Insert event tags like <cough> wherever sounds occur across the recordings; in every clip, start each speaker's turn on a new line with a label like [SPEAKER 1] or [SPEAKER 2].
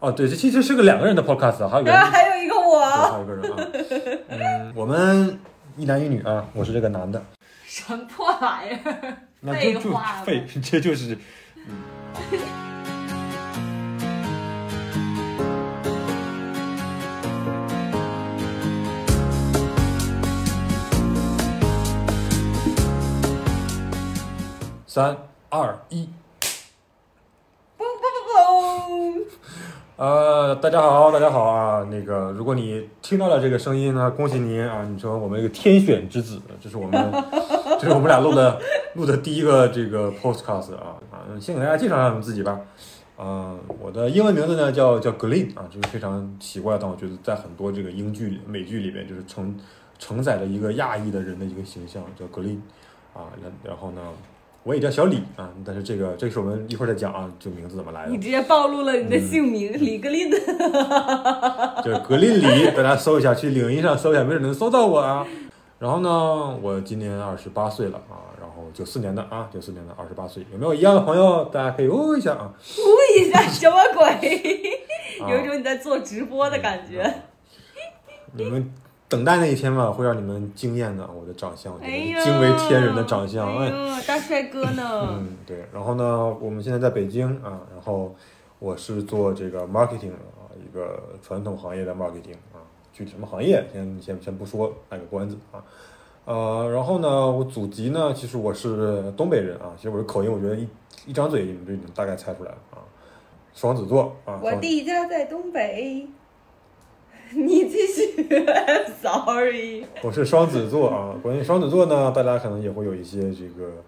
[SPEAKER 1] 哦，对，这其实是个两个人的 podcast，啊还有个人
[SPEAKER 2] 然后还有一个
[SPEAKER 1] 对，
[SPEAKER 2] 我，
[SPEAKER 1] 还有个人
[SPEAKER 2] <laughs>
[SPEAKER 1] 啊，嗯，我们一男一女啊，我是这个男的，
[SPEAKER 2] 什么破玩意儿？
[SPEAKER 1] 那
[SPEAKER 2] 废
[SPEAKER 1] 就就
[SPEAKER 2] 话
[SPEAKER 1] 废， <laughs> 这就是，嗯。三二一，
[SPEAKER 2] 嘣嘣嘣嘣！
[SPEAKER 1] 呃，大家好，大家好啊！那个，如果你听到了这个声音呢，恭喜您啊！你成为我们一个天选之子，这是我们， <laughs> 这是我们俩录的录的第一个这个 podcast 啊啊！先给大家介绍一下我们自己吧。嗯、我的英文名字呢叫叫 Glen 啊，这个非常奇怪，但我觉得在很多这个英剧里、美剧里面，就是承承载着一个亚裔的人的一个形象，叫 Glen 啊。然然后呢，我也叫小李啊，但是这个这个是我们一会儿再讲啊，就名字怎么来的
[SPEAKER 2] 你。直接暴露了你的姓名，李格林的。
[SPEAKER 1] 嗯就是格林里，大家搜一下，去领英上搜一下，没准能搜到我啊。然后呢，我今年二十八岁了啊，然后九四年的啊，九四年的二十八岁，有没有一样的朋友？大家可以哦一下啊。
[SPEAKER 2] 呼一下，什么鬼？
[SPEAKER 1] 啊
[SPEAKER 2] 有一种你在做直播的感觉。
[SPEAKER 1] 你们等待那一天吧，会让你们惊艳的。我的长相，我觉
[SPEAKER 2] 哎
[SPEAKER 1] 得
[SPEAKER 2] 呀，
[SPEAKER 1] 是嗯惊为天人的长相，
[SPEAKER 2] 哎
[SPEAKER 1] 哎，
[SPEAKER 2] 呦，大帅哥呢？
[SPEAKER 1] 嗯，对。然后呢，我们现在在北京啊，然后我是做这个 marketing 啊，一个传统行业的 marketing 啊，具体什么行业先先先不说，卖个关子啊。呃，然后呢，我祖籍呢，其实我是东北人啊，其实我的口音，我觉得一一张嘴你们就已经大概猜出来了啊。双子座啊，
[SPEAKER 2] 我
[SPEAKER 1] 双
[SPEAKER 2] 弟家在东北。你继续 <laughs> I'm，sorry。
[SPEAKER 1] <laughs> 我是双子座啊，关于双子座呢，大家可能也会有一些这个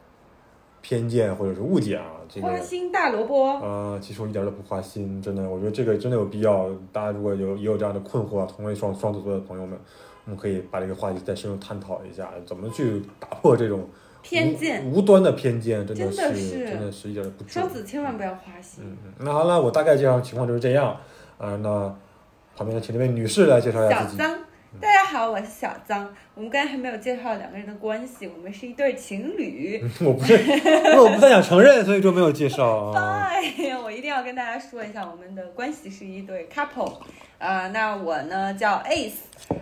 [SPEAKER 1] 偏见或者是误解啊，这个
[SPEAKER 2] 花心大萝卜，
[SPEAKER 1] 啊、其实我一点儿都不花心，真的，我觉得这个真的有必要。大家如果有也有这样的困惑，同为双双子座的朋友们，我们可以把这个话题再深入探讨一下，怎么去打破这种
[SPEAKER 2] 偏见。
[SPEAKER 1] 无、无端的偏见，真的
[SPEAKER 2] 真的
[SPEAKER 1] 是
[SPEAKER 2] 是
[SPEAKER 1] 真的是一点儿都不准
[SPEAKER 2] 双。子千万不要花心。
[SPEAKER 1] 嗯，嗯那好了，我大概介绍情况就是这样。啊、那旁边的请这位女士来介绍一下
[SPEAKER 2] 小
[SPEAKER 1] 自己。
[SPEAKER 2] 张，大家好，我是小张。我们刚才还没有介绍两个人的关系，我们是一对情侣。
[SPEAKER 1] 我不是，因为我哦不太想承认，所以就没有介绍啊。
[SPEAKER 2] 哎呀，我一定要跟大家说一下，我们的关系是一对 couple。啊、那我呢叫 Ace，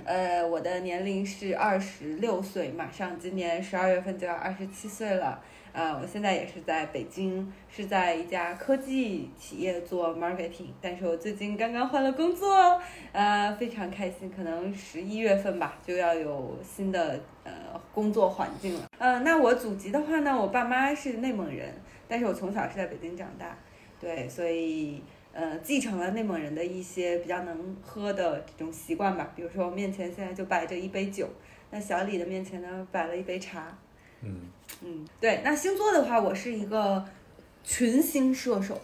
[SPEAKER 2] 呃，我的年龄是二十六岁，马上今年十二月份就要二十七岁了。呃，我现在也是在北京，是在一家科技企业做 marketing，但是我最近刚刚换了工作，呃，非常开心，可能十一月份吧就要有新的呃工作环境了。呃，那我祖籍的话呢，我爸妈是内蒙人，但是我从小是在北京长大，对，所以呃，继承了内蒙人的一些比较能喝的这种习惯吧。比如说，我面前现在就摆着一杯酒，那小李的面前呢摆了一杯茶。
[SPEAKER 1] 嗯，
[SPEAKER 2] 嗯，对。那星座的话，我是一个群星射手，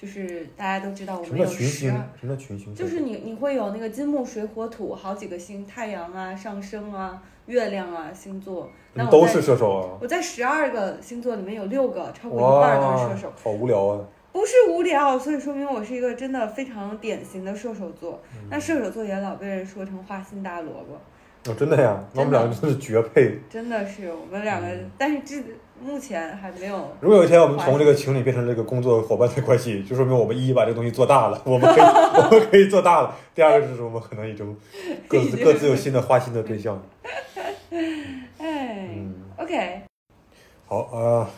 [SPEAKER 2] 就是大家都知道我
[SPEAKER 1] 什
[SPEAKER 2] 们
[SPEAKER 1] 么叫
[SPEAKER 2] 有
[SPEAKER 1] 群
[SPEAKER 2] 十
[SPEAKER 1] 星
[SPEAKER 2] 二，？
[SPEAKER 1] 什么叫群星？
[SPEAKER 2] 就是你你会有那个金木水火土好几个星，太阳啊、上升啊、月亮啊星座。那我
[SPEAKER 1] 都
[SPEAKER 2] 在
[SPEAKER 1] 是射手啊。
[SPEAKER 2] 我在十二个星座里面有六个，超过一半都是
[SPEAKER 1] 哇
[SPEAKER 2] 射手。，
[SPEAKER 1] 好无聊啊！
[SPEAKER 2] 不是无聊，所以说明我是一个真的非常典型的射手座。
[SPEAKER 1] 嗯
[SPEAKER 2] 那射手座也老被人说成花心大萝卜，
[SPEAKER 1] 哦，真的呀，那我们两个真是绝配。
[SPEAKER 2] 真的是我们两个，
[SPEAKER 1] 嗯
[SPEAKER 2] 但是这目前还没有。
[SPEAKER 1] 如果有一天我们从这个情侣变成这个工作伙伴的关系，就说明我们一把这个东西做大了，我们可以 <laughs> 我们可以做大了。第二个就是我们可能已经各自
[SPEAKER 2] <laughs> 已经
[SPEAKER 1] 各自有新的花心的对
[SPEAKER 2] <laughs>
[SPEAKER 1] 象。
[SPEAKER 2] 哎、
[SPEAKER 1] 嗯
[SPEAKER 2] o k
[SPEAKER 1] 好啊、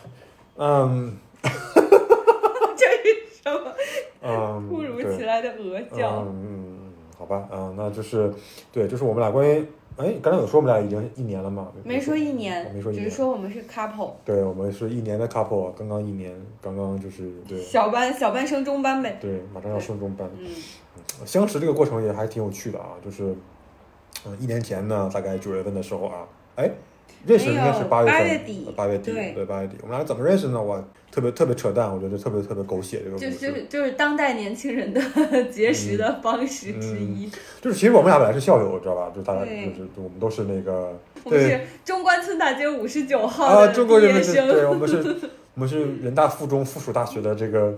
[SPEAKER 1] 呃嗯
[SPEAKER 2] 什么 <laughs>
[SPEAKER 1] 嗯，
[SPEAKER 2] 突如
[SPEAKER 1] 对
[SPEAKER 2] 其来的鹅叫？
[SPEAKER 1] 嗯嗯，嗯好吧，嗯，那就是对，就是我们俩关于哎，刚才有说我们俩已经一年了嘛？
[SPEAKER 2] 没说一年，
[SPEAKER 1] 哦没说一
[SPEAKER 2] 只是
[SPEAKER 1] 年。
[SPEAKER 2] 说我们是 couple，
[SPEAKER 1] 对，我们是一年的 couple，啊刚刚一年，刚刚就是对
[SPEAKER 2] 小班小班升中班呗。
[SPEAKER 1] 对，马上要升中班。
[SPEAKER 2] 嗯，
[SPEAKER 1] 相识这个过程也还挺有趣的啊，就是，嗯，一年前呢，大概九月份的时候啊，哎，认识
[SPEAKER 2] 没
[SPEAKER 1] 应
[SPEAKER 2] 有
[SPEAKER 1] 该是八月
[SPEAKER 2] 八
[SPEAKER 1] 份，
[SPEAKER 2] 月底
[SPEAKER 1] 八月底，
[SPEAKER 2] 对
[SPEAKER 1] 对，八月底，我们俩怎么认识呢？我特别特别扯淡，我觉得特别特别狗血这个故
[SPEAKER 2] 就
[SPEAKER 1] 事，
[SPEAKER 2] 就是就是当代年轻人的 <laughs> 结识的
[SPEAKER 1] 嗯
[SPEAKER 2] 方式之一。
[SPEAKER 1] 就是其实我们俩本来是校友，知道吧？就是大家
[SPEAKER 2] 对
[SPEAKER 1] 就是我们都是那个
[SPEAKER 2] 我们
[SPEAKER 1] 对
[SPEAKER 2] 是中关村大街五十九号
[SPEAKER 1] 啊，
[SPEAKER 2] 的
[SPEAKER 1] 中
[SPEAKER 2] 毕
[SPEAKER 1] 国人
[SPEAKER 2] 业
[SPEAKER 1] 民是，
[SPEAKER 2] 生。
[SPEAKER 1] 对，我们是，我们是人大附中附属大学的这个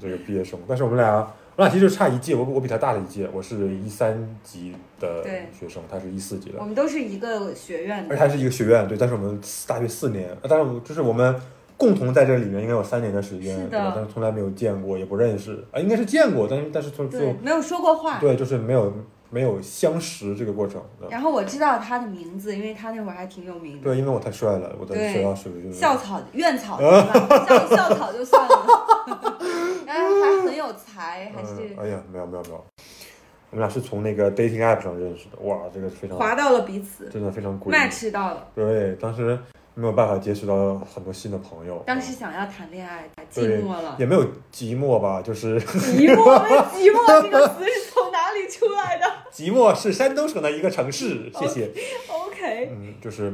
[SPEAKER 1] 这个毕业生，但是我们俩，我俩其实就差一届，我我比他大了一届，我是一三级的
[SPEAKER 2] 对
[SPEAKER 1] 学生，他是一四级的
[SPEAKER 2] 我。们都是一个学院
[SPEAKER 1] 而且
[SPEAKER 2] 的，
[SPEAKER 1] 还是一个学院，对，但是我们四大学四年，呃但是我们就是我们共同在这里面应该有三年的时间，
[SPEAKER 2] 是的
[SPEAKER 1] 对吧但是从来没有见过，也不认识啊，应该是见过，但是但是从就
[SPEAKER 2] 对，没有说过话。
[SPEAKER 1] 对，就是没有没有相识这个过程。对
[SPEAKER 2] 然后我知道他的名字，因为他那会儿还挺有名的，
[SPEAKER 1] 对，因啊为我太帅了，我的
[SPEAKER 2] 对
[SPEAKER 1] 学校属于就是
[SPEAKER 2] 校草、院草对吧？校校草就算了， <laughs> 然后还很有才，还
[SPEAKER 1] 嗯
[SPEAKER 2] 是，
[SPEAKER 1] 哎呀，没有没有没有，我们俩是从那个 dating app 上认识的，哇，这个非常
[SPEAKER 2] 划到了彼此
[SPEAKER 1] 真的非常贵，哦
[SPEAKER 2] ，match 到了。
[SPEAKER 1] 对，当时没有办法结识到很多新的朋友，
[SPEAKER 2] 当时想要谈恋爱，寂
[SPEAKER 1] 对
[SPEAKER 2] 寞了。
[SPEAKER 1] 也没有寂寞吧，就是 <laughs>
[SPEAKER 2] 寂寞，寂寞这个词是从哪里出来的
[SPEAKER 1] 寂寞是山东省的一个城市，谢谢。
[SPEAKER 2] ？OK，
[SPEAKER 1] 嗯，就是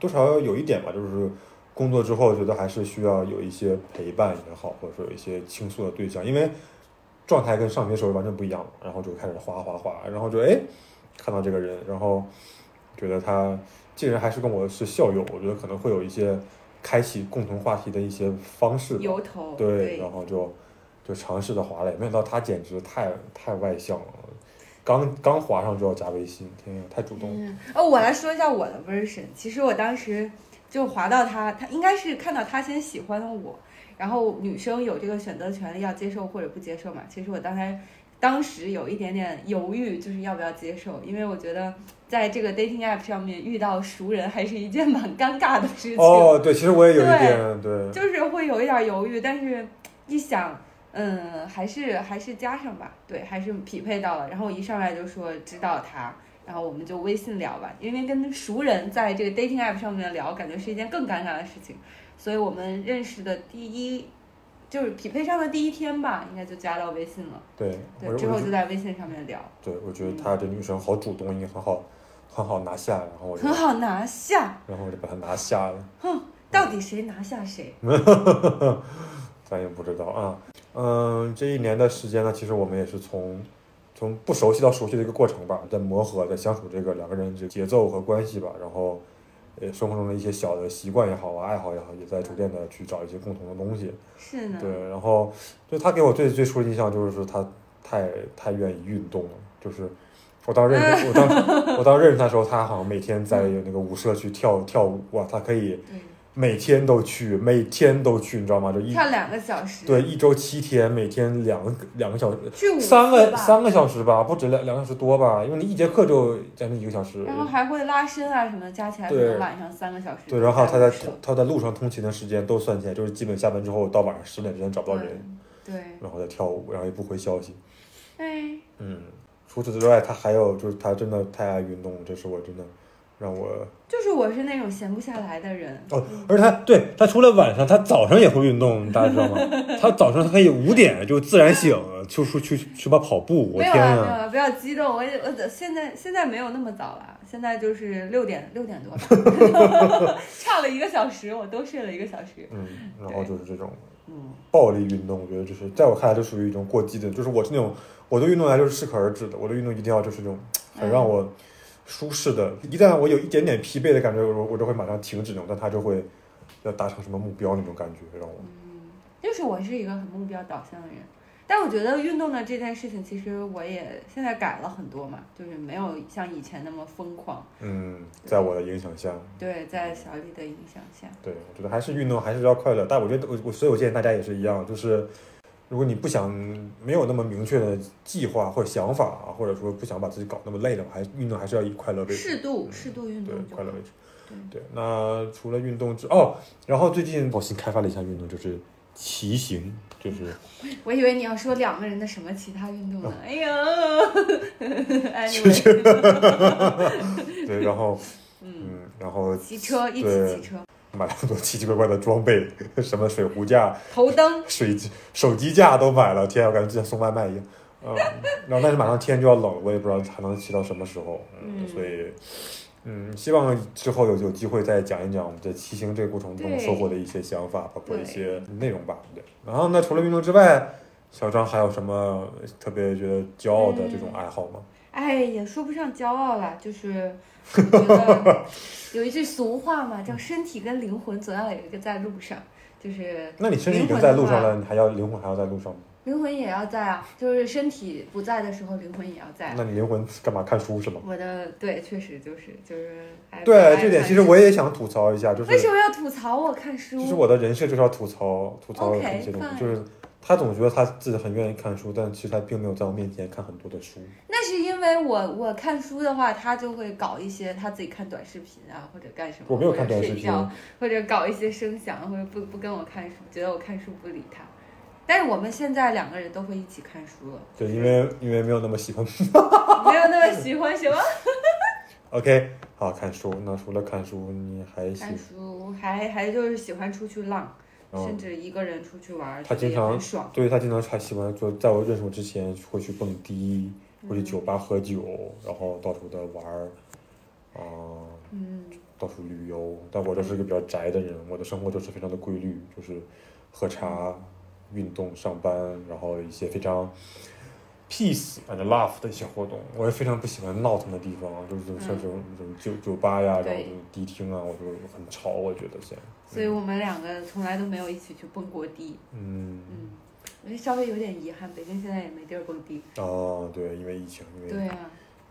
[SPEAKER 1] 多少有一点吧，就是工作之后觉得还是需要有一些陪伴也好，或者说有一些倾诉的对象，因为状态跟上学时候完全不一样嘛。然后就开始哗哗哗，然后就哎看到这个人，然后觉得他既然还是跟我是校友，我觉得可能会有一些开启共同话题的一些方式吧。
[SPEAKER 2] 由头
[SPEAKER 1] 对，然后就就尝试着滑了，也没想到他简直太太外向了，刚刚滑上就要加微信，天呀，太主动了。
[SPEAKER 2] 嗯，哦，我来说一下我的 version。其实我当时就滑到他，他应该是看到他先喜欢了我，然后女生有这个选择权利，要接受或者不接受嘛。其实我当时当时有一点点犹豫，就是要不要接受，因为我觉得在这个 dating app 上面遇到熟人还是一件蛮尴尬的事情。
[SPEAKER 1] 哦，对，其实我也有一
[SPEAKER 2] 嗯对
[SPEAKER 1] 点对，
[SPEAKER 2] 就是会有一点犹豫，但是一想，嗯，还是还是加上吧，对，还是匹配到了。然后一上来就说知道他，然后我们就微信聊吧，因为跟熟人在这个 dating app 上面聊，感觉是一件更尴尬的事情。所以我们认识的第一，就是匹配上的第一天吧，应该就加到微信了。
[SPEAKER 1] 对，我
[SPEAKER 2] 对，之
[SPEAKER 1] 我
[SPEAKER 2] 后
[SPEAKER 1] 就
[SPEAKER 2] 就在微信上面聊，
[SPEAKER 1] 对我觉得她这女生好主动，应该很好很好拿下，然后我就
[SPEAKER 2] 很好拿下，
[SPEAKER 1] 然后我就把她拿下了，
[SPEAKER 2] 到底谁拿下谁？
[SPEAKER 1] 嗯咱也不知道啊，嗯，这一年的时间呢，其实我们也是从。从不熟悉到熟悉的一个过程吧，在磨合，在相处这个两个人这个节奏和关系吧，然后，呃，生活中的一些小的习惯也好啊，爱好也好，也在逐渐的去找一些共同的东西。
[SPEAKER 2] 是呢，
[SPEAKER 1] 对，然后就他给我最最初的印象就是说他太太愿意运动了，就是我当认识我当我当认识他的时候，他好像每天在那个舞社去跳跳舞哇，他可以
[SPEAKER 2] 对，
[SPEAKER 1] 每天都去，每天都去，你知道吗？就一
[SPEAKER 2] 跳两个小时，
[SPEAKER 1] 对一周七天，每天两个两个小时。
[SPEAKER 2] 去五
[SPEAKER 1] 三
[SPEAKER 2] 次
[SPEAKER 1] 个
[SPEAKER 2] 吧
[SPEAKER 1] 三个小时吧，不止两两个小时多吧，因为你一节课就将近一个小时。
[SPEAKER 2] 然后还会拉伸啊什么，加起来
[SPEAKER 1] 嗯
[SPEAKER 2] 可
[SPEAKER 1] 对
[SPEAKER 2] 能晚上三个小时。
[SPEAKER 1] 对，然后还有他在
[SPEAKER 2] 手
[SPEAKER 1] 他在路上通勤的时间都算起来，就是基本下班之后到晚上十点之前找不到人，。
[SPEAKER 2] 对，对
[SPEAKER 1] 然后再跳舞，然后也不回消息。
[SPEAKER 2] 哎，
[SPEAKER 1] 嗯，除此之外，他还有就是他真的太爱运动，这是我真的让我
[SPEAKER 2] 就是我是那种闲不下来的人，
[SPEAKER 1] 哦，而且他对他除了晚上，他早上也会运动，大家知道吗？ <laughs> 他早上他可以五点就自然醒，就出去去吧跑步，我
[SPEAKER 2] 没有
[SPEAKER 1] 天
[SPEAKER 2] 啊，没有
[SPEAKER 1] 呀！
[SPEAKER 2] 啊，不要激动，我也我现在现在没有那么早了，现在就是六点六点多吧， <laughs> 差了一个小时，我多睡了一个小时。
[SPEAKER 1] 嗯，然后就是这种
[SPEAKER 2] 嗯，
[SPEAKER 1] 暴力运动，我觉得就是在我看来就属于一种过激的，就是我是那种我对运动来就是适可而止的，我对运动一定要就是那种很让我舒适的，一旦我有一点点疲惫的感觉，我我就会马上停止那种，但他就会要达成什么目标那种感觉，让我
[SPEAKER 2] 嗯就是我是一个很目标导向的人。但我觉得运动的这件事情，其实我也现在改了很多嘛，就是没有像以前那么疯狂。
[SPEAKER 1] 嗯，在我的影响下。
[SPEAKER 2] 对，在小李的影响下，
[SPEAKER 1] 对，我觉得还是运动还是要快乐，但我觉得我我所以我建议大家也是一样，就是如果你不想没有那么明确的计划或者想法啊，或者说不想把自己搞那么累的话，还运动还是要以快乐为主，
[SPEAKER 2] 适度适度运
[SPEAKER 1] 嗯对
[SPEAKER 2] 动，就
[SPEAKER 1] 快乐
[SPEAKER 2] 好
[SPEAKER 1] 为主。
[SPEAKER 2] 对
[SPEAKER 1] 对，那除了运动之哦，然后最近我新开发了一项运动，就是骑行，就是
[SPEAKER 2] 我以为你要说两个人的什么其他运动呢？
[SPEAKER 1] <laughs>
[SPEAKER 2] 哎呦 <laughs> ，anyway，
[SPEAKER 1] 是
[SPEAKER 2] <laughs>
[SPEAKER 1] 对，然后
[SPEAKER 2] 嗯，
[SPEAKER 1] 嗯，然后
[SPEAKER 2] 骑车一起
[SPEAKER 1] 对
[SPEAKER 2] 骑车，
[SPEAKER 1] 买了很多奇奇怪怪的装备，什么水壶架、
[SPEAKER 2] 头灯，
[SPEAKER 1] 水机、手机架都买了，天啊，我感觉就像送外卖一样。 <laughs> 嗯，然后但是马上天就要冷了，我也不知道还能骑到什么时候。
[SPEAKER 2] 嗯
[SPEAKER 1] 所以，嗯，希望之后有有机会再讲一讲我们在骑行这个过程中
[SPEAKER 2] 对
[SPEAKER 1] 收获的一些想法，包括
[SPEAKER 2] 对
[SPEAKER 1] 一些内容吧。对。然后那除了运动之外，小张还有什么特别觉得骄傲的这种爱好吗？
[SPEAKER 2] 哎，也说不上骄傲啦，就是我觉
[SPEAKER 1] <laughs>
[SPEAKER 2] 得有一句俗话嘛，
[SPEAKER 1] 嗯
[SPEAKER 2] 叫身体跟灵魂总要有一个在路上，就是
[SPEAKER 1] 嗯那你身体已经在路上了，你还要灵魂还要在路上吗？
[SPEAKER 2] 灵魂也要在啊，就是身体不在的时候，灵魂也要在。
[SPEAKER 1] 那你灵魂干嘛看书是吗？
[SPEAKER 2] 我的对，确实就是就是爱。爱
[SPEAKER 1] 对，这点
[SPEAKER 2] 看
[SPEAKER 1] 其实
[SPEAKER 2] 书
[SPEAKER 1] 我也想吐槽一下，就是
[SPEAKER 2] 为什么要吐槽我看书？啊
[SPEAKER 1] 就是我的人设就是要吐槽吐槽
[SPEAKER 2] OK，
[SPEAKER 1] 这些东西
[SPEAKER 2] fine
[SPEAKER 1] 就是他总觉得他自己很愿意看书，但其实他并没有在我面前看很多的书。
[SPEAKER 2] 那是因为我我看书的话，他就会搞一些他自己看短视频啊，或者干什么，
[SPEAKER 1] 我没有看短视
[SPEAKER 2] 或者睡
[SPEAKER 1] 频
[SPEAKER 2] 觉，或者搞一些声响，或者不不跟我看书，觉得我看书不理他。但是我们现在两个人都会一起看书
[SPEAKER 1] <laughs>
[SPEAKER 2] 了，
[SPEAKER 1] 对，因为
[SPEAKER 2] 嗯
[SPEAKER 1] 因为没有那么喜欢。
[SPEAKER 2] 没有那么喜欢什么
[SPEAKER 1] OK，好看书。那除了看书，你还喜
[SPEAKER 2] 看书，还还就是喜欢出去浪，
[SPEAKER 1] 然后
[SPEAKER 2] 甚至一个人出去玩，
[SPEAKER 1] 哦他
[SPEAKER 2] 觉得
[SPEAKER 1] 经
[SPEAKER 2] 也很
[SPEAKER 1] 常
[SPEAKER 2] 爽。
[SPEAKER 1] 对他经常还喜欢，就在我认识我之前会去蹦迪，会去
[SPEAKER 2] 嗯
[SPEAKER 1] 酒吧喝酒，然后到处的玩儿，啊、
[SPEAKER 2] 嗯，
[SPEAKER 1] 到处旅游。但我就是一个比较宅的人，我的生活就是非常的规律，就是喝茶、运动、上班，然后一些非常 peace and love 的一些活动。我也非常不喜欢闹腾的地方，就是这种这种这种酒酒吧呀，然后
[SPEAKER 2] 嗯对
[SPEAKER 1] 这种迪厅啊，我就很吵，我觉得现在。
[SPEAKER 2] 所以我们两个从来都没有一起去蹦过迪，
[SPEAKER 1] 嗯，
[SPEAKER 2] 嗯，我觉得稍微有点遗憾，北京现在也没地儿蹦迪。
[SPEAKER 1] 哦，对，因为疫情，因为
[SPEAKER 2] 对啊。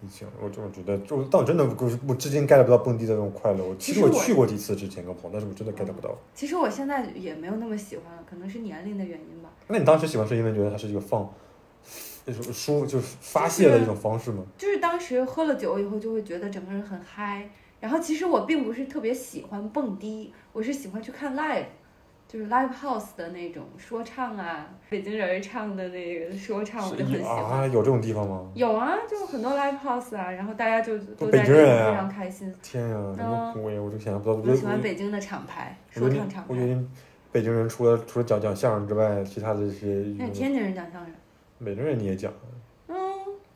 [SPEAKER 1] 疫情，我就觉得，就但我真的不我至今 get 不到蹦迪的那种快乐。我其
[SPEAKER 2] 其实
[SPEAKER 1] 实我
[SPEAKER 2] 我
[SPEAKER 1] 去过几次之前跟朋友，但是我真的 get 不到。
[SPEAKER 2] 其实我现在也没有那么喜欢了，可能是年龄的原因吧。
[SPEAKER 1] 那你当时喜欢是因为觉得它是一个放，就是舒就是发泄的一种方式吗？
[SPEAKER 2] 就是当时喝了酒以后，就会觉得整个人很嗨。然后其实我并不是特别喜欢蹦迪，我是喜欢去看 live，就是 live house 的那种说唱啊，北京人唱的那个说唱，我就很
[SPEAKER 1] 是
[SPEAKER 2] 喜欢。
[SPEAKER 1] 啊，有这种地方吗？
[SPEAKER 2] 有啊，就很多 live house 啊，然后大家就都
[SPEAKER 1] 北
[SPEAKER 2] 在
[SPEAKER 1] 京
[SPEAKER 2] 那里
[SPEAKER 1] 人啊
[SPEAKER 2] 非常开心。
[SPEAKER 1] 天呀、
[SPEAKER 2] 嗯
[SPEAKER 1] 什么鬼？我就想象不到。
[SPEAKER 2] 我
[SPEAKER 1] 觉
[SPEAKER 2] 喜
[SPEAKER 1] 得
[SPEAKER 2] 欢北京的厂牌，
[SPEAKER 1] 我
[SPEAKER 2] 说
[SPEAKER 1] 觉得
[SPEAKER 2] 唱厂
[SPEAKER 1] 我觉
[SPEAKER 2] 牌。
[SPEAKER 1] 得北京人除了除了讲讲相声之外，其他的这些
[SPEAKER 2] 那你哎天津人讲相声，
[SPEAKER 1] 北京人你也讲，
[SPEAKER 2] 嗯，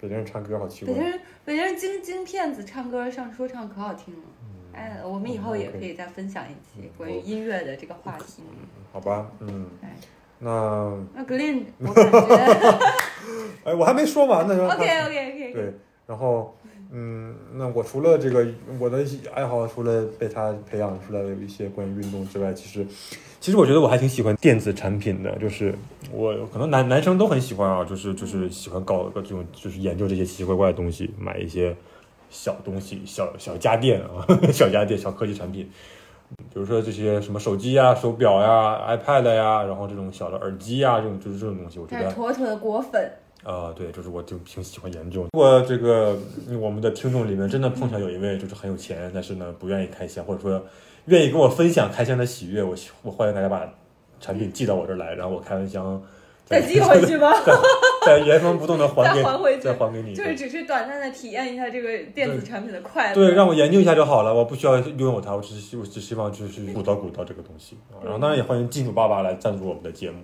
[SPEAKER 1] 北京人唱歌好奇
[SPEAKER 2] 北
[SPEAKER 1] 怪
[SPEAKER 2] 京。人，北京人京京片子唱歌上说唱可好听了。
[SPEAKER 1] 嗯
[SPEAKER 2] 哎，我们以后
[SPEAKER 1] 嗯
[SPEAKER 2] 也
[SPEAKER 1] ，OK
[SPEAKER 2] 可以再分享一期
[SPEAKER 1] 嗯
[SPEAKER 2] 关于音乐的这个话题。
[SPEAKER 1] 好吧，嗯
[SPEAKER 2] 哎，
[SPEAKER 1] 那
[SPEAKER 2] 那
[SPEAKER 1] <laughs>
[SPEAKER 2] Glen，我感觉
[SPEAKER 1] 哎，我还没说完呢，让
[SPEAKER 2] OK
[SPEAKER 1] 他
[SPEAKER 2] OK OK，
[SPEAKER 1] 对，然后，嗯，那我除了这个我的爱好，除了被他培养出来的一些关于运动之外，其实，其实我觉得我还挺喜欢电子产品的，就是我可能男男生都很喜欢啊，就是就是喜欢搞个这种，就是研究这些奇奇怪怪的东西，买一些小东西、小小家电啊， <laughs> 小家电、小科技产品。比如说这些什么手机呀、手表呀、iPad 呀，然后这种小的耳机呀，这种就是这种东西，我觉
[SPEAKER 2] 但
[SPEAKER 1] 得
[SPEAKER 2] 是妥妥的果粉，
[SPEAKER 1] 啊，对，就是我就挺喜欢研究。如果这个嗯我们的听众里面真的碰巧有一位就是很有钱，但是呢不愿意开箱，或者说愿意跟我分享开箱的喜悦，我希我欢迎大家把产品寄到我这儿来，然后我开完箱
[SPEAKER 2] 再寄回去吧，
[SPEAKER 1] 再原封不动的还
[SPEAKER 2] 再
[SPEAKER 1] 给
[SPEAKER 2] 还回去
[SPEAKER 1] 再还给你。
[SPEAKER 2] <laughs> 就是只是短暂的体验一下这个电子产品的快乐。
[SPEAKER 1] 对，让我研究一下就好了，我不需要拥有它，我只是希我只希望就是鼓捣鼓捣这个东西。啊然后当然也欢迎金主爸爸来赞助我们的节目，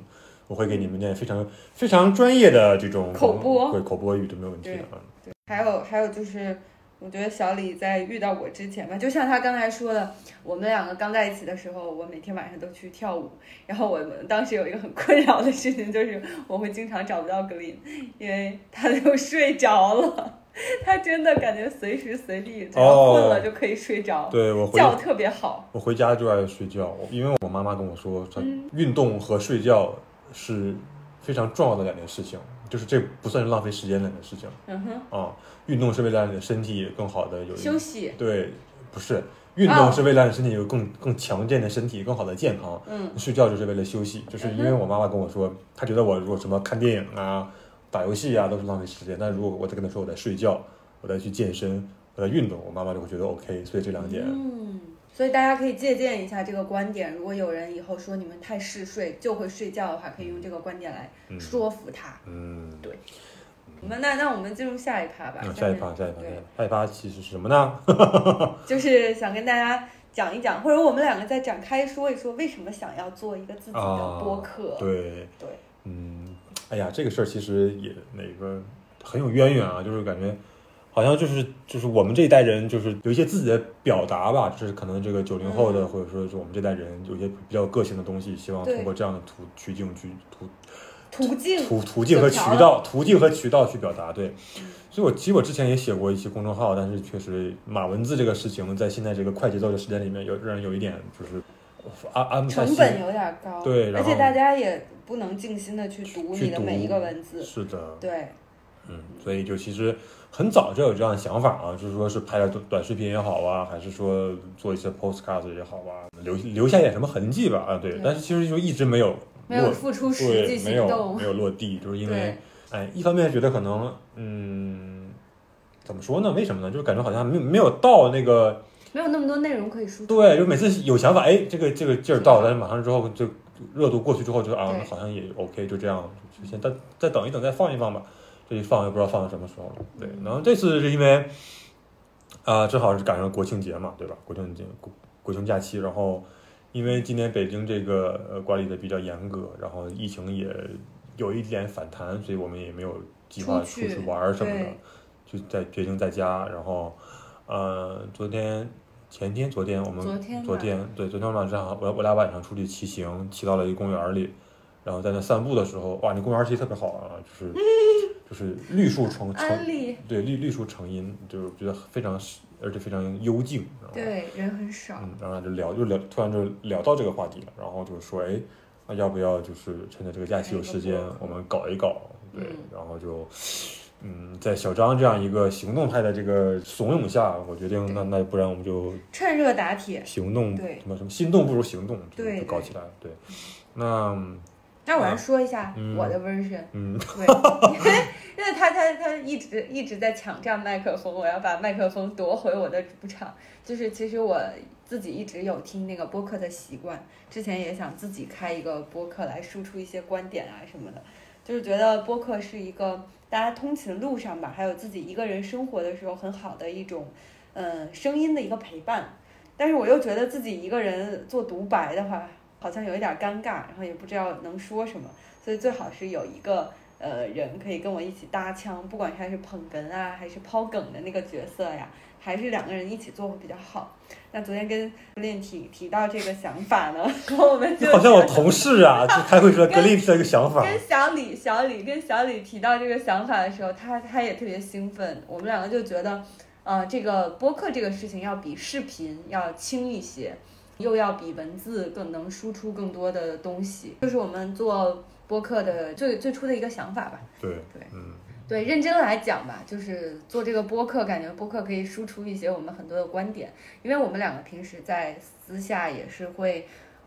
[SPEAKER 1] 我会给你们念非常非常专业的这种
[SPEAKER 2] 口播
[SPEAKER 1] 对口播语都没有问题的
[SPEAKER 2] 对
[SPEAKER 1] 啊。
[SPEAKER 2] 对，还有还有就是，我觉得小李在遇到我之前吧，就像他刚才说的，我们两个刚在一起的时候，我每天晚上都去跳舞。然后我们当时有一个很困扰的事情，就是我会经常找不到格林，因为他就睡着了。他真的感觉随时随地只要困了就可以睡着，
[SPEAKER 1] 哦对我回
[SPEAKER 2] 觉特别好。
[SPEAKER 1] 我回家就爱睡觉，我因为我妈妈跟我说，她
[SPEAKER 2] 嗯
[SPEAKER 1] 运动和睡觉是非常重要的两件事情，就是这不算是浪费时间的两件事情
[SPEAKER 2] 嗯哼，
[SPEAKER 1] 啊。运动是为了让你的身体更好的有一
[SPEAKER 2] 休息，哦
[SPEAKER 1] 对，不是运动是为了让你身体有更更强健的身体，更好的健康。
[SPEAKER 2] 嗯，
[SPEAKER 1] 睡觉就是为了休息，就是因为我妈妈跟我说，她觉得我如果什么看电影啊、打游戏啊都是浪费时间，但如果我在跟她说我在睡觉，我在去健身，我在运动，我妈妈就会觉得 OK。所以这两点，
[SPEAKER 2] 嗯，所以大家可以借鉴一下这个观点。如果有人以后说你们太嗜睡就会睡觉的话，可以用这个观点来
[SPEAKER 1] 嗯
[SPEAKER 2] 说服他。
[SPEAKER 1] 嗯。
[SPEAKER 2] 我们那那我们进入下一趴吧。
[SPEAKER 1] 嗯，
[SPEAKER 2] 下
[SPEAKER 1] 下一
[SPEAKER 2] 面
[SPEAKER 1] 趴，下一趴，
[SPEAKER 2] 对
[SPEAKER 1] 下一趴其实是什么呢？
[SPEAKER 2] 就是想跟大家讲一讲，或者我们两个再展开说一说，为什么想要做一个自己的
[SPEAKER 1] 啊
[SPEAKER 2] 播客。
[SPEAKER 1] 对，
[SPEAKER 2] 对
[SPEAKER 1] 嗯，哎呀，这个事儿其实也那个很有渊源啊，就是感觉好像就是就是我们这一代人就是有一些自己的表达吧，就是可能这个九零后的、
[SPEAKER 2] 嗯
[SPEAKER 1] 或者说是我们这代人有一些比较有个性的东西，希望
[SPEAKER 2] 对
[SPEAKER 1] 通过这样的途渠径去途
[SPEAKER 2] 途径
[SPEAKER 1] 途途径和渠道途径和渠道去表达，对
[SPEAKER 2] 嗯。
[SPEAKER 1] 所以我其实我之前也写过一些公众号，但是确实码文字这个事情在现在这个快节奏的时代里面有让人有一点就是安安不下
[SPEAKER 2] 成
[SPEAKER 1] 心。
[SPEAKER 2] 本有点高，
[SPEAKER 1] 对然
[SPEAKER 2] 而
[SPEAKER 1] 后
[SPEAKER 2] 且大家也不能静心的去读
[SPEAKER 1] 去
[SPEAKER 2] 你的每
[SPEAKER 1] 读
[SPEAKER 2] 一个文字。
[SPEAKER 1] 是的，
[SPEAKER 2] 对，
[SPEAKER 1] 嗯，所以就其实很早就有这样的想法啊，就是说是拍点短短视频也好啊，还是说做一些 postcard 也好啊，留留下一点什么痕迹吧啊，对
[SPEAKER 2] 对，
[SPEAKER 1] 但是其实就一直没有
[SPEAKER 2] 没有
[SPEAKER 1] 落
[SPEAKER 2] 付出实际
[SPEAKER 1] 对，没
[SPEAKER 2] 行
[SPEAKER 1] 有
[SPEAKER 2] 动
[SPEAKER 1] 没。有落地，就是因为
[SPEAKER 2] 对，
[SPEAKER 1] 哎，一方面觉得可能，嗯，怎么说呢？为什么呢？就是感觉好像没有没有到那个，
[SPEAKER 2] 没有那么多内容可以输出。
[SPEAKER 1] 对，就每次有想法，哎，这个这个劲儿到了，但是马上之后就热度过去之后就啊
[SPEAKER 2] 对，
[SPEAKER 1] 那好像也 OK，就这样，就先再再等一等，再放一放吧。这一放也不知道放到什么时候了。对，
[SPEAKER 2] 嗯
[SPEAKER 1] 然后这次是因为，啊、正好是赶上国庆节嘛，对吧？国庆节国国庆假期，然后因为今年北京这个呃管理的比较严格，然后疫情也有一点反弹，所以我们也没有计划
[SPEAKER 2] 出
[SPEAKER 1] 出
[SPEAKER 2] 去
[SPEAKER 1] 去玩儿什么的
[SPEAKER 2] 对，
[SPEAKER 1] 就在决定在家。然后，呃，昨天。前天、昨天我们
[SPEAKER 2] 昨天吧
[SPEAKER 1] 昨天对昨天晚上，我我俩晚上出去骑行，骑到了一公园儿里，然后在那散步的时候，哇，那公园儿其实特别好玩啊，就是
[SPEAKER 2] <laughs>
[SPEAKER 1] 就是绿树成
[SPEAKER 2] 安
[SPEAKER 1] 成，
[SPEAKER 2] 利
[SPEAKER 1] 对绿绿树成荫，就是觉得非常，而且非常幽静。然后，
[SPEAKER 2] 对人很少，
[SPEAKER 1] 嗯，然后就聊，就聊，突然就聊到这个话题了，然后就说，哎，那要不要就是趁着这个假期有时间
[SPEAKER 2] 搞一个，
[SPEAKER 1] 我们搞一搞？对，
[SPEAKER 2] 嗯
[SPEAKER 1] 然后就。嗯，在小张这样一个行动派的这个怂恿下，我决定那那不然我们就
[SPEAKER 2] 趁热打铁。
[SPEAKER 1] 行动，
[SPEAKER 2] 对
[SPEAKER 1] 什么什么心动不如行动，就
[SPEAKER 2] 对
[SPEAKER 1] 就搞
[SPEAKER 2] 对
[SPEAKER 1] 起来。对，那
[SPEAKER 2] 那我来说一下
[SPEAKER 1] 嗯
[SPEAKER 2] 我的 version，、 <laughs>
[SPEAKER 1] 嗯，
[SPEAKER 2] 对，因为他他他一直一直在抢占麦克风，我要把麦克风夺回我的主场。就是其实我自己一直有听那个播客的习惯，之前也想自己开一个播客来输出一些观点啊什么的，就是觉得播客是一个大家通勤路上吧，还有自己一个人生活的时候很好的一种，嗯，声音的一个陪伴。但是我又觉得自己一个人做独白的话，好像有一点儿尴尬，然后也不知道能说什么，所以最好是有一个呃人可以跟我一起搭腔，不管他是捧哏啊，还是抛梗的那个角色呀，还是两个人一起做会比较好。那昨天跟练提提到这个想法呢， <laughs> 然后我们就
[SPEAKER 1] 好像我同事啊，就开会说格力提了一个想法，
[SPEAKER 2] 跟小李、小李跟小李提到这个想法的时候，他他也特别兴奋，我们两个就觉得，呃，这个播客这个事情要比视频要轻一些，又要比文字更能输出更多的东西，就是我们做播客的最最初的一个想法吧。
[SPEAKER 1] 对
[SPEAKER 2] 对
[SPEAKER 1] 嗯，
[SPEAKER 2] 对，认真来讲吧，就是做这个播客，感觉播客可以输出一些我们很多的观点，因为我们两个平时在私下也是会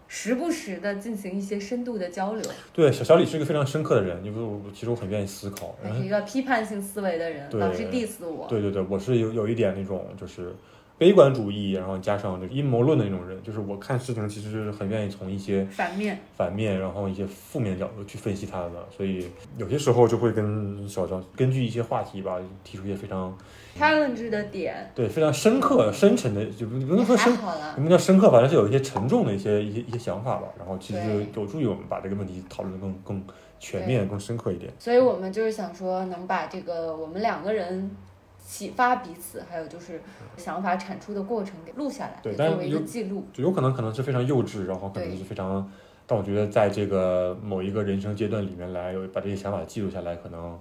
[SPEAKER 2] 时不时的进行一些深度的交流。
[SPEAKER 1] 对，小小李是一个非常深刻的人，因为我其实我很愿意思考，
[SPEAKER 2] 我
[SPEAKER 1] 然
[SPEAKER 2] 是
[SPEAKER 1] 后
[SPEAKER 2] 一个批判性思维的人，
[SPEAKER 1] 嗯对
[SPEAKER 2] 老是 diss 我。
[SPEAKER 1] 对对对，我是有有一点那种就是悲观主义，然后加上这个阴谋论的那种人，就是我看事情其实是很愿意从一些
[SPEAKER 2] 反面，
[SPEAKER 1] 反面，然后一些负面角度去分析它的，所以有些时候就会跟小张根据一些话题吧，提出一些非常
[SPEAKER 2] challenge 的点
[SPEAKER 1] 对非常深刻、深沉的，就不不能说嗯
[SPEAKER 2] 还
[SPEAKER 1] 深
[SPEAKER 2] 好啦
[SPEAKER 1] 什，么叫深刻？反正是有一些沉重的一些一些一些想法吧，然后其实
[SPEAKER 2] 对
[SPEAKER 1] 就有助于我们把这个问题讨论得更更全面、更深刻一点。
[SPEAKER 2] 所以我们就是想说，能把这个我们两个人启发彼此，还有就是想法产出的过程给录下来，
[SPEAKER 1] 对
[SPEAKER 2] 也
[SPEAKER 1] 但是
[SPEAKER 2] 作为一
[SPEAKER 1] 有
[SPEAKER 2] 个记
[SPEAKER 1] <laughs>
[SPEAKER 2] 录。
[SPEAKER 1] 就有可能可能是非常幼稚，然后可能
[SPEAKER 2] 对
[SPEAKER 1] 是非常，但我觉得在这个某一个人生阶段里面来，有把这些想法记录下来，可能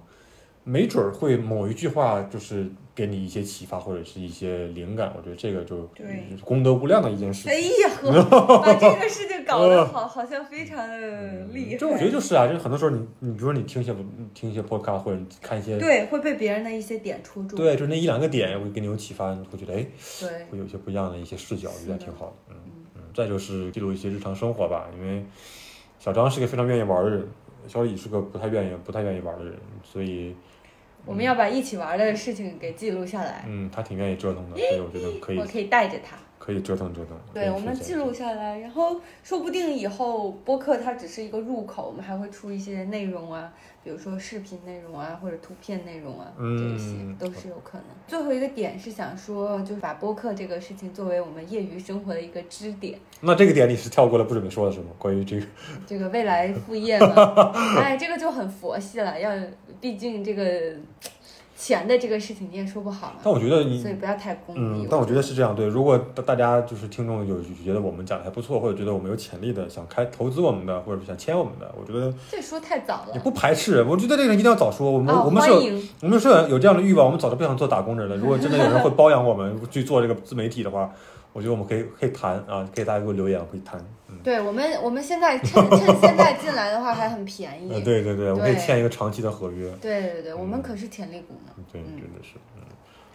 [SPEAKER 1] 没准儿会某一句话就是给你一些启发或者是一些灵感。我觉得这个就
[SPEAKER 2] 对
[SPEAKER 1] 就是功德无量的一件事
[SPEAKER 2] 哎
[SPEAKER 1] 情。
[SPEAKER 2] 呀
[SPEAKER 1] <laughs>
[SPEAKER 2] 呵，把这个事情搞得好，好像非常的厉害。
[SPEAKER 1] 这我觉得就是啊，就是很多时候你你比如说你听一些听一些 podcast 或者你看一些
[SPEAKER 2] 对，会被别人的一些点戳中。
[SPEAKER 1] 对，就那一两个点会给你有启发，你会觉得哎。
[SPEAKER 2] 对
[SPEAKER 1] 会有一些不一样的一些视角，我觉得
[SPEAKER 2] 是的
[SPEAKER 1] 挺好的。嗯嗯，再就是记录一些日常生活吧，因为小张是个非常愿意玩的人，小李是个不太愿意不太愿意玩的人，所以
[SPEAKER 2] 我们要把一起玩的事情给记录下来，
[SPEAKER 1] 嗯，他挺愿意折腾的，所以我觉得可以
[SPEAKER 2] 我可以带着他。
[SPEAKER 1] 可以折腾折腾。可以
[SPEAKER 2] 对，我
[SPEAKER 1] 试
[SPEAKER 2] 们
[SPEAKER 1] 一下
[SPEAKER 2] 记录下来，然后说不定以后播客它只是一个入口，我们还会出一些内容啊，比如说视频内容啊，或者图片内容啊，这些
[SPEAKER 1] 嗯
[SPEAKER 2] 都是有可能。最后一个点是想说，就是把播客这个事情作为我们业余生活的一个支点，
[SPEAKER 1] 那这个点你是跳过了，不准备说了是吗？关于这
[SPEAKER 2] <laughs>
[SPEAKER 1] 个，
[SPEAKER 2] 这个未来副业呢，哎，这个就很佛系了，要毕竟这个钱的这个事情你也说不好嘛，
[SPEAKER 1] 但我觉得你
[SPEAKER 2] 所以不要太功利。
[SPEAKER 1] 嗯，但我觉得是这样，对。如果大大家就是听众有觉得我们讲的还不错，或者觉得我们有潜力的，想开投资我们的，或者是想签我们的，我觉得
[SPEAKER 2] 这说太早了
[SPEAKER 1] 也。不排斥。我觉得这个人一定要早说，我们、
[SPEAKER 2] 啊，
[SPEAKER 1] 我们是
[SPEAKER 2] 欢
[SPEAKER 1] 有
[SPEAKER 2] 迎，
[SPEAKER 1] 我们是有有这样的欲望，我们早就不想做打工人了。如果真的有人会包养我们去做这个自媒体的话，我觉得我们可以可以谈啊，可以大家给我留言，我可以谈。嗯，
[SPEAKER 3] 对我们，我们现在趁
[SPEAKER 1] <laughs>
[SPEAKER 3] 趁现在进来的话还很便宜。
[SPEAKER 1] 呃，对嗯对对，我可以签一个长期的合约。
[SPEAKER 3] 对对对，我们可是潜力股呢。
[SPEAKER 1] 对，
[SPEAKER 3] 嗯
[SPEAKER 1] 真的是。嗯，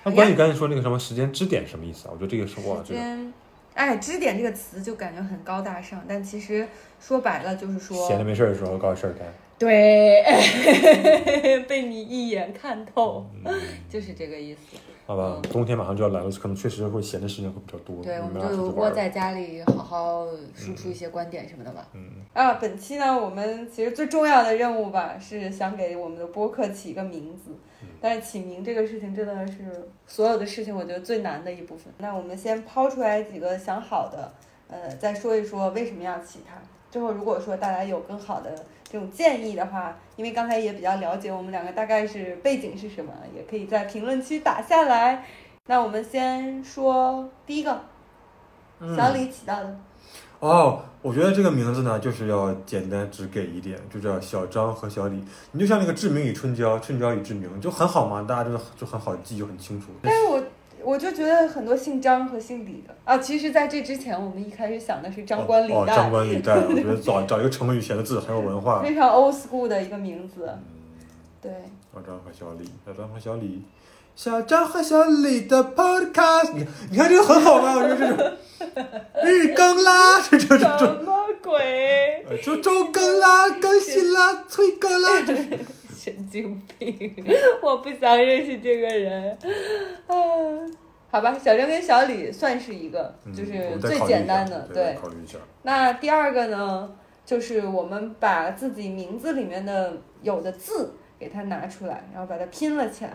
[SPEAKER 1] 那关于刚才说那个什么时间支点什么意思啊？我觉得这个是哇，
[SPEAKER 2] 时
[SPEAKER 1] 这个
[SPEAKER 2] 间，哎，支点这个词就感觉很高大上，但其实说白了就是
[SPEAKER 1] 闲着
[SPEAKER 2] 说，
[SPEAKER 1] 没事儿的时候搞点事儿
[SPEAKER 3] <laughs>
[SPEAKER 1] 干。
[SPEAKER 2] 对， <laughs> 被你一眼看透，
[SPEAKER 1] 嗯，
[SPEAKER 2] 就是这个意思。
[SPEAKER 1] 好吧，
[SPEAKER 2] 嗯
[SPEAKER 1] 冬天马上就要来了，可能确实会闲的时间会比较多。
[SPEAKER 3] 对，我们
[SPEAKER 1] 没法出去
[SPEAKER 3] 就
[SPEAKER 1] 玩
[SPEAKER 3] 窝
[SPEAKER 1] 儿
[SPEAKER 3] 在家里好好输出一些观点什么的吧。
[SPEAKER 1] 嗯，
[SPEAKER 2] 啊，本期呢，我们其实最重要的任务吧，是想给我们的播客起一个名字。
[SPEAKER 1] 嗯
[SPEAKER 2] 但是起名这个事情真的是所有的事情，我觉得最难的一部分。那我们先抛出来几个想好的，呃，再说一说为什么要起它。最后，如果说大家有更好的这种建议的话，因为刚才也比较了解我们两个大概是背景是什么，也可以在评论区打下来。那我们先说第一个，
[SPEAKER 1] 嗯
[SPEAKER 2] 小李起到的，
[SPEAKER 1] 哦，我觉得这个名字呢，就是要简单只给一点，就叫小张和小李。你就像那个志明与春娇，春娇与志明，就很好嘛，大家真的就很好记，就很清楚。
[SPEAKER 2] 但是我我就觉得很多姓张和姓李的啊，其实在这之前，我们一开始想的是张冠李
[SPEAKER 1] 哦，
[SPEAKER 2] 戴，
[SPEAKER 1] 张冠李戴，我觉
[SPEAKER 2] <laughs>
[SPEAKER 1] 得找找一个成语写的字很有文化。
[SPEAKER 2] 非常 old school 的一个名字。
[SPEAKER 1] 嗯
[SPEAKER 2] 对，
[SPEAKER 1] 小张和小李，小张和小李，小张和小李的 podcast，你看，你看这个很好吧？我觉得这
[SPEAKER 2] <laughs>
[SPEAKER 1] 种日更啦，这 <laughs> 这这这，
[SPEAKER 2] 什么鬼？
[SPEAKER 1] 呃周周更啦，更新啦，催更
[SPEAKER 2] 哎
[SPEAKER 1] 啦，这是
[SPEAKER 2] 神经病！ <laughs> 我不想认识这个人。啊，好吧，小张跟小李算是一个，就
[SPEAKER 1] 嗯我
[SPEAKER 2] 是
[SPEAKER 1] 们再
[SPEAKER 2] 最
[SPEAKER 1] 考虑一
[SPEAKER 2] 简
[SPEAKER 1] 下
[SPEAKER 2] 单的。
[SPEAKER 1] 再考虑一下。
[SPEAKER 2] 那第二个呢，就是我们把自己名字里面的有的字给它拿出来，然后把它拼了起来。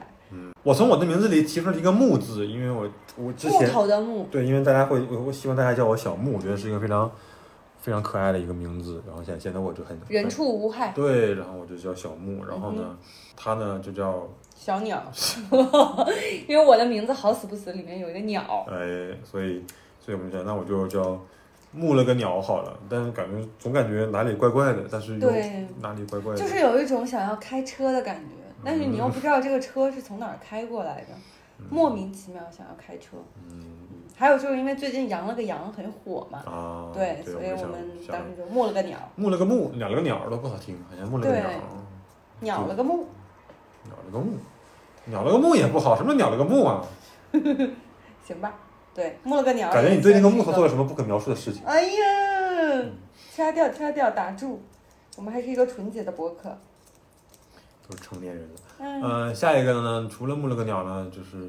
[SPEAKER 1] 我从我的名字里提出了一个木字，因为我我之
[SPEAKER 2] 木
[SPEAKER 1] 前
[SPEAKER 2] 头的木，
[SPEAKER 1] 对，因为大家会我我希望大家叫我小木，我觉得是一个非常非常可爱的一个名字。然后现在现在我就很
[SPEAKER 2] 人畜无害，
[SPEAKER 1] 对，然后我就叫小木，然后
[SPEAKER 2] 嗯
[SPEAKER 1] 呢，他呢就叫
[SPEAKER 2] 小鸟。 <laughs> 因为我的名字好死不死里面有一个鸟，
[SPEAKER 1] 哎，所以所以我们讲，那我就叫木了个鸟好了。但是感觉总感觉哪里怪怪的，但是又
[SPEAKER 2] 对
[SPEAKER 1] 哪里怪怪的，
[SPEAKER 2] 就是有一种想要开车的感觉，
[SPEAKER 1] 嗯
[SPEAKER 2] 但是你又不知道这个车是从哪儿开过来的，莫名其妙想要开车。
[SPEAKER 1] 嗯
[SPEAKER 2] 还有就是因为最近养了个羊很火嘛，
[SPEAKER 1] 啊，
[SPEAKER 2] 对，
[SPEAKER 1] 对，
[SPEAKER 2] 所以我
[SPEAKER 1] 想
[SPEAKER 2] 们
[SPEAKER 1] 想
[SPEAKER 2] 当时就木了个鸟，
[SPEAKER 1] 木了个木，鸟了个鸟都不好听，好像木了个
[SPEAKER 2] 对
[SPEAKER 1] 鸟，
[SPEAKER 2] 鸟了个木，
[SPEAKER 1] 鸟了个木，鸟了个木也不好，什么鸟了个木啊？
[SPEAKER 2] 行吧？对，木了个鸟。
[SPEAKER 1] 感觉你对那个木头做了什么不可嗯描述的事情。
[SPEAKER 2] 哎呀，掐掉掐掉，打住！我们还是一个纯洁的博客。
[SPEAKER 1] 都是成年人了。
[SPEAKER 2] 嗯，
[SPEAKER 1] 嗯、下一个呢，除了木了个鸟呢，就是，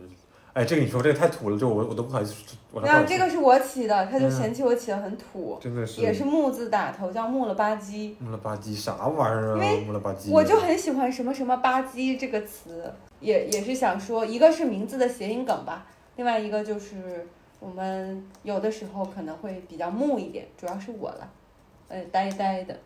[SPEAKER 1] 哎，这个你说这个太土了，就我我都不好意思，我都不
[SPEAKER 2] 那
[SPEAKER 1] 好意
[SPEAKER 2] 这
[SPEAKER 1] 思。
[SPEAKER 2] 个是我起的，他就
[SPEAKER 1] 嗯
[SPEAKER 2] 嫌弃我起的很土，
[SPEAKER 1] 真的是
[SPEAKER 2] 也是木字打头，叫木了吧唧。
[SPEAKER 1] 木了吧唧，啥玩意儿啊
[SPEAKER 2] 因为？
[SPEAKER 1] 木了吧唧。
[SPEAKER 2] 我就很喜欢什么什么吧唧这个词，也也是想说，一个是名字的谐音梗吧，另外一个就是我们有的时候可能会比较木一点，主要是我了，呃，呆呆的。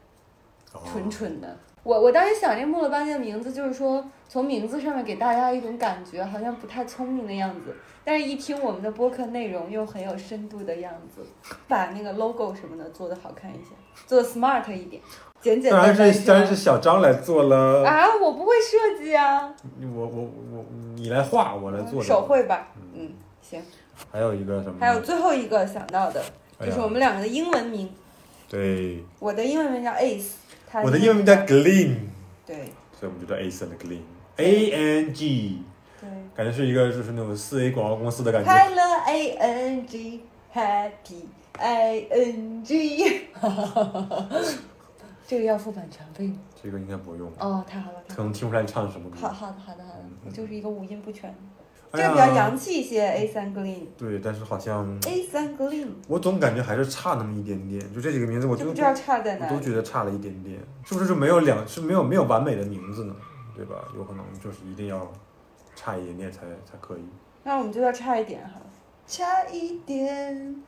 [SPEAKER 1] 哦
[SPEAKER 2] 蠢蠢的。我我当时想这木了吧唧的名字，就是说从名字上面给大家一种感觉，好像不太聪明的样子，但是一听我们的播客内容又很有深度的样子，把那个 logo 什么的做的好看一些，做的 smart 一点，简简
[SPEAKER 1] 当
[SPEAKER 2] 单
[SPEAKER 1] 然
[SPEAKER 2] 单
[SPEAKER 1] 是当然是
[SPEAKER 2] 说。
[SPEAKER 1] 小张来做了，
[SPEAKER 2] 啊，我不会设计啊，
[SPEAKER 1] 我我我你来画，我来做。
[SPEAKER 2] 手。绘吧，嗯，行。
[SPEAKER 1] 还有一个什么？
[SPEAKER 2] 还有最后一个想到的，
[SPEAKER 1] 哎呀
[SPEAKER 2] 就是我们两个的英文名，
[SPEAKER 1] 对，
[SPEAKER 2] 我的英文名叫 Ace，他
[SPEAKER 1] 我的英文名叫 Glean，
[SPEAKER 2] 对
[SPEAKER 1] 所以我们就叫 Ace and Glean，A N G，
[SPEAKER 2] 对
[SPEAKER 1] 感觉是一个就是那种四 A 广告公司的感觉。
[SPEAKER 2] 快乐 A N G Happy I
[SPEAKER 1] <laughs>
[SPEAKER 2] N G，这个要付版权费吗？
[SPEAKER 1] 这个应该不用，
[SPEAKER 2] 哦，太好了，太
[SPEAKER 1] 可能听不出来你唱的什么歌。
[SPEAKER 2] 好了，好好的，好的，好的，我就是一个五音不全，这
[SPEAKER 1] 嗯哎呀嗯
[SPEAKER 2] 个比较洋气一些。A 三 Green，A
[SPEAKER 1] 对，但是好像
[SPEAKER 2] 三 Green，
[SPEAKER 1] 我总感觉还是差那么一点点，就这几个名字我
[SPEAKER 2] 就
[SPEAKER 1] 都
[SPEAKER 2] 不知道差在
[SPEAKER 1] 我
[SPEAKER 2] 哪
[SPEAKER 1] 都
[SPEAKER 2] 里。
[SPEAKER 1] 觉得差了一点点，是不是就没有两是没有没有完美的名字呢？对吧？有可能就是一定要差一点点才才可以。
[SPEAKER 2] 那我们就要差一点好了，差一点，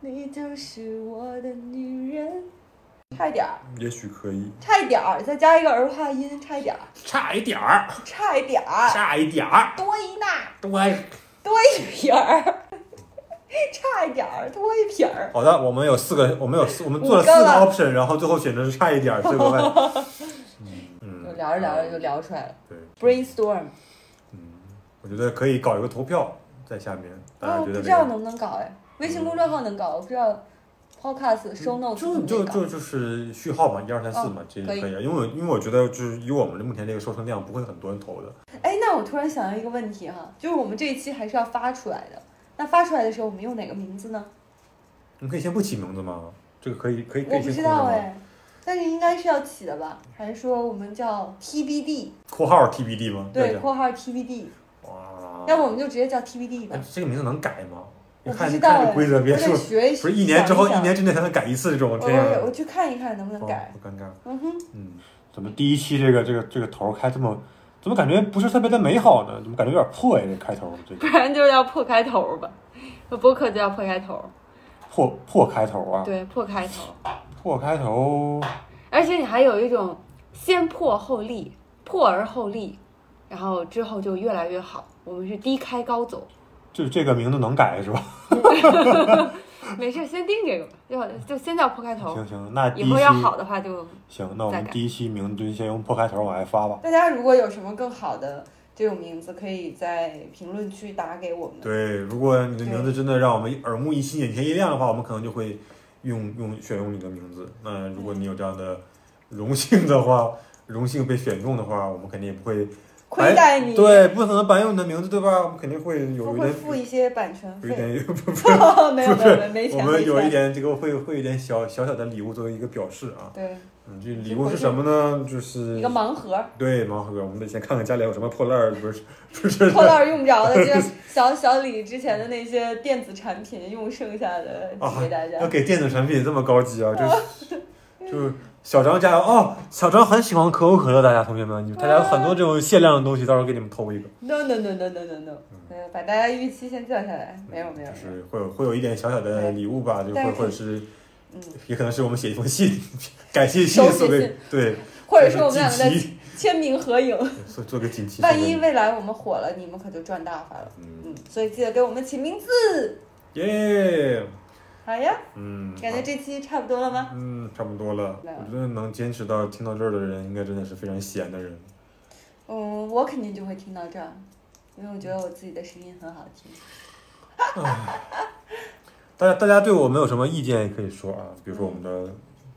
[SPEAKER 2] 你就是我的女人，差一点儿，
[SPEAKER 1] 也许可以，
[SPEAKER 2] 差一点儿，再加一个儿化音，差一点儿，
[SPEAKER 1] 差一点儿，
[SPEAKER 2] 差一点儿，
[SPEAKER 1] 差一点儿，
[SPEAKER 2] 多一捺。
[SPEAKER 1] 对。
[SPEAKER 2] 多一撇儿， <laughs> 差一点儿，多一撇儿。
[SPEAKER 1] 好的，我们有四个，我们有四，我们做了
[SPEAKER 2] 五
[SPEAKER 1] 四
[SPEAKER 2] 个
[SPEAKER 1] 个
[SPEAKER 2] 了
[SPEAKER 1] option，然后最后选择是差一点儿，这个
[SPEAKER 2] <laughs>
[SPEAKER 1] 外。嗯，
[SPEAKER 2] 就
[SPEAKER 1] 嗯
[SPEAKER 2] 聊着聊着就聊出来了。
[SPEAKER 1] 对，
[SPEAKER 2] Brainstorm，
[SPEAKER 1] 我觉得可以搞一个投票在下面，大
[SPEAKER 2] 啊，
[SPEAKER 1] 家
[SPEAKER 2] 我
[SPEAKER 1] 觉
[SPEAKER 2] 哦不
[SPEAKER 1] 得
[SPEAKER 2] 知
[SPEAKER 1] 这个嗯
[SPEAKER 2] 道能不能搞哎，微信公众号能搞，我不知道 Podcast show notes
[SPEAKER 1] 就
[SPEAKER 2] 能
[SPEAKER 1] 就
[SPEAKER 2] 不能搞
[SPEAKER 1] 就就是序号嘛，一二三四嘛，这个
[SPEAKER 2] 哦可以
[SPEAKER 1] 可以啊，因为我因为我觉得就是以我们目前这个收听量，不会很多人投的。
[SPEAKER 2] 哎，那我突然想到一个问题哈，就是我们这一期还是要发出来的。那发出来的时候，我们用哪个名字呢？
[SPEAKER 1] 你可以先不起名字吗？这个可以可以可
[SPEAKER 2] 我
[SPEAKER 1] 以
[SPEAKER 2] 不
[SPEAKER 1] 先
[SPEAKER 2] 知
[SPEAKER 1] 控制
[SPEAKER 2] 道
[SPEAKER 1] 吗？
[SPEAKER 2] 哎，但是应该是要起的吧？还是说我们叫 TBD？
[SPEAKER 1] 括号 TBD 吗？要
[SPEAKER 2] 对，
[SPEAKER 1] 这样
[SPEAKER 2] 括号 TBD，
[SPEAKER 1] 哇，
[SPEAKER 2] 要不我们就直接叫 TBD 吧
[SPEAKER 1] 哦哎？这个名字能改吗？你
[SPEAKER 2] 我
[SPEAKER 1] 看
[SPEAKER 2] 不
[SPEAKER 1] 你
[SPEAKER 2] 知道
[SPEAKER 1] 看这
[SPEAKER 2] 哎
[SPEAKER 1] 规则，别
[SPEAKER 2] 我得
[SPEAKER 1] 说
[SPEAKER 2] 学一
[SPEAKER 1] 不是一年之后一
[SPEAKER 2] 想
[SPEAKER 1] 年之内才能改一次这种
[SPEAKER 2] 我
[SPEAKER 1] 天啊
[SPEAKER 2] 我我去看一看能不能
[SPEAKER 1] 哦
[SPEAKER 2] 改。
[SPEAKER 1] 好尴尬。
[SPEAKER 2] 嗯哼，
[SPEAKER 1] 嗯，怎么第一期这个这个这个头儿开这么，怎么感觉不是特别的美好呢？怎么感觉有点破呀？这开头这
[SPEAKER 2] 不
[SPEAKER 1] 个
[SPEAKER 2] 然就要破开头吧。播客就要破开头，
[SPEAKER 1] 破破开头啊，
[SPEAKER 2] 对，破开头。
[SPEAKER 1] 破开头，
[SPEAKER 2] 而且你还有一种先破后立，破而后立，然后之后就越来越好。我们是低开高走，
[SPEAKER 1] 就这个名字能改是吧？
[SPEAKER 2] 没事，先定这个吧，就就先叫破开头。
[SPEAKER 1] 行行，那第
[SPEAKER 2] 以
[SPEAKER 1] 一期
[SPEAKER 2] 后要好的话就，
[SPEAKER 1] 行，那我
[SPEAKER 2] 再
[SPEAKER 1] 们
[SPEAKER 2] 改
[SPEAKER 1] 第一期名字就先用破开头往外发吧。
[SPEAKER 2] 大家如果有什么更好的这种名字，可以在评论区打给我们。
[SPEAKER 1] 对，如果你的名字真的让我们耳目一新、眼前一亮的话，我们可能就会用用选用你的名字。那如果你有这样的荣幸的话，荣幸被选中的话，我们肯定也不会
[SPEAKER 2] 亏待你，
[SPEAKER 1] 哎对，不可能白用你的名字对吧？我们肯定会
[SPEAKER 2] 会
[SPEAKER 1] 有一
[SPEAKER 2] 会
[SPEAKER 1] 点
[SPEAKER 2] 付一些版权
[SPEAKER 1] 有一
[SPEAKER 2] 费。
[SPEAKER 1] 点
[SPEAKER 2] <laughs> 没有没有没有没
[SPEAKER 1] 我
[SPEAKER 2] 钱
[SPEAKER 1] 们
[SPEAKER 2] 没
[SPEAKER 1] 有一
[SPEAKER 2] 钱。
[SPEAKER 1] 点这个会会有一点小小小的礼物作为一个表示啊。
[SPEAKER 2] 对，
[SPEAKER 1] 嗯，这礼物是什么呢？就是
[SPEAKER 2] 一个盲盒，
[SPEAKER 1] 对盲盒，我们得先看看家里有什么破烂儿，不是不是
[SPEAKER 2] 破烂儿用不着的，就是小小李之前的那些电子产品用剩下的
[SPEAKER 1] 啊
[SPEAKER 2] 寄给大家
[SPEAKER 1] 要。给电子产品这么高级啊？就是
[SPEAKER 2] <laughs>
[SPEAKER 1] 就是小张加油哦！小张很喜欢可口可乐，大家同学们，你们大家有很多这种限量的东西，到时候给你们偷一个。
[SPEAKER 2] No no no no no no no，呃，把大家预期先降下来，没有没有
[SPEAKER 1] 就
[SPEAKER 2] 没有，
[SPEAKER 1] 是会有会有一点小小的礼物吧，就
[SPEAKER 2] 但
[SPEAKER 1] 或
[SPEAKER 2] 是
[SPEAKER 1] 或者是
[SPEAKER 2] 嗯，
[SPEAKER 1] 也可能是我们写一封信，感谢信
[SPEAKER 2] 手写
[SPEAKER 1] 送给
[SPEAKER 2] 信
[SPEAKER 1] 对，
[SPEAKER 2] 或者说我们两个
[SPEAKER 1] 做个
[SPEAKER 2] 的
[SPEAKER 1] 锦旗
[SPEAKER 2] 签名合影，
[SPEAKER 1] 做做个锦旗送给
[SPEAKER 2] 万
[SPEAKER 1] 你。
[SPEAKER 2] 一未来我们火了，你们可就赚大发了。
[SPEAKER 1] 嗯，
[SPEAKER 2] 嗯，所以记得给我们起名字。
[SPEAKER 1] 耶，
[SPEAKER 2] 好呀，
[SPEAKER 1] 嗯，
[SPEAKER 2] 感觉这期差不多了吗？
[SPEAKER 1] 嗯差不多了。
[SPEAKER 2] 来吧
[SPEAKER 1] 我觉得能坚持到听到这儿的人，应该真的是非常闲的人。
[SPEAKER 2] 嗯，我肯定就会听到这儿，因为我觉得我自己的声音很好听。
[SPEAKER 1] 大家大家对我们有什么意见也可以说啊，比如说我们的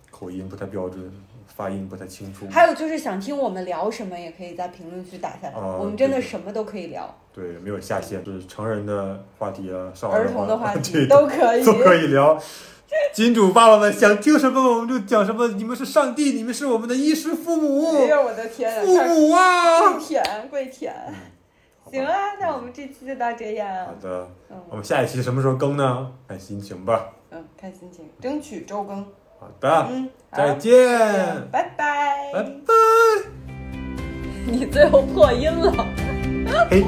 [SPEAKER 1] 口音不太标准，发音不太清楚，
[SPEAKER 2] 还有就是想听我们聊什么，也可以在评论区打下来，
[SPEAKER 1] 哦
[SPEAKER 2] 我们真的
[SPEAKER 1] 对
[SPEAKER 2] 什么都可以聊，
[SPEAKER 1] 对，没有下限，就是成人的话题啊，少
[SPEAKER 2] 儿
[SPEAKER 1] 儿
[SPEAKER 2] 童
[SPEAKER 1] 的 <laughs>
[SPEAKER 2] 的话
[SPEAKER 1] 对
[SPEAKER 2] 题都可以。
[SPEAKER 1] 都
[SPEAKER 2] <laughs>
[SPEAKER 1] 可以聊。金主爸爸们想听什么我们就讲什么，你们是上帝，你们是我们的衣食父
[SPEAKER 2] 哎
[SPEAKER 1] 母，
[SPEAKER 2] 呦我的天啊！
[SPEAKER 1] 父母啊
[SPEAKER 2] 跪！舔跪舔。行啊，那我们这期就到这
[SPEAKER 1] 嗯好
[SPEAKER 2] 样。
[SPEAKER 1] 的，我
[SPEAKER 2] 嗯
[SPEAKER 1] 们下一期什么时候更呢？看心情吧。
[SPEAKER 2] 嗯，看心情，争取周更。
[SPEAKER 1] 好的，
[SPEAKER 2] 嗯，好
[SPEAKER 1] 啊再，见，
[SPEAKER 2] 拜拜。
[SPEAKER 1] 拜拜。哎
[SPEAKER 2] 你最后破音了。
[SPEAKER 1] 嘿。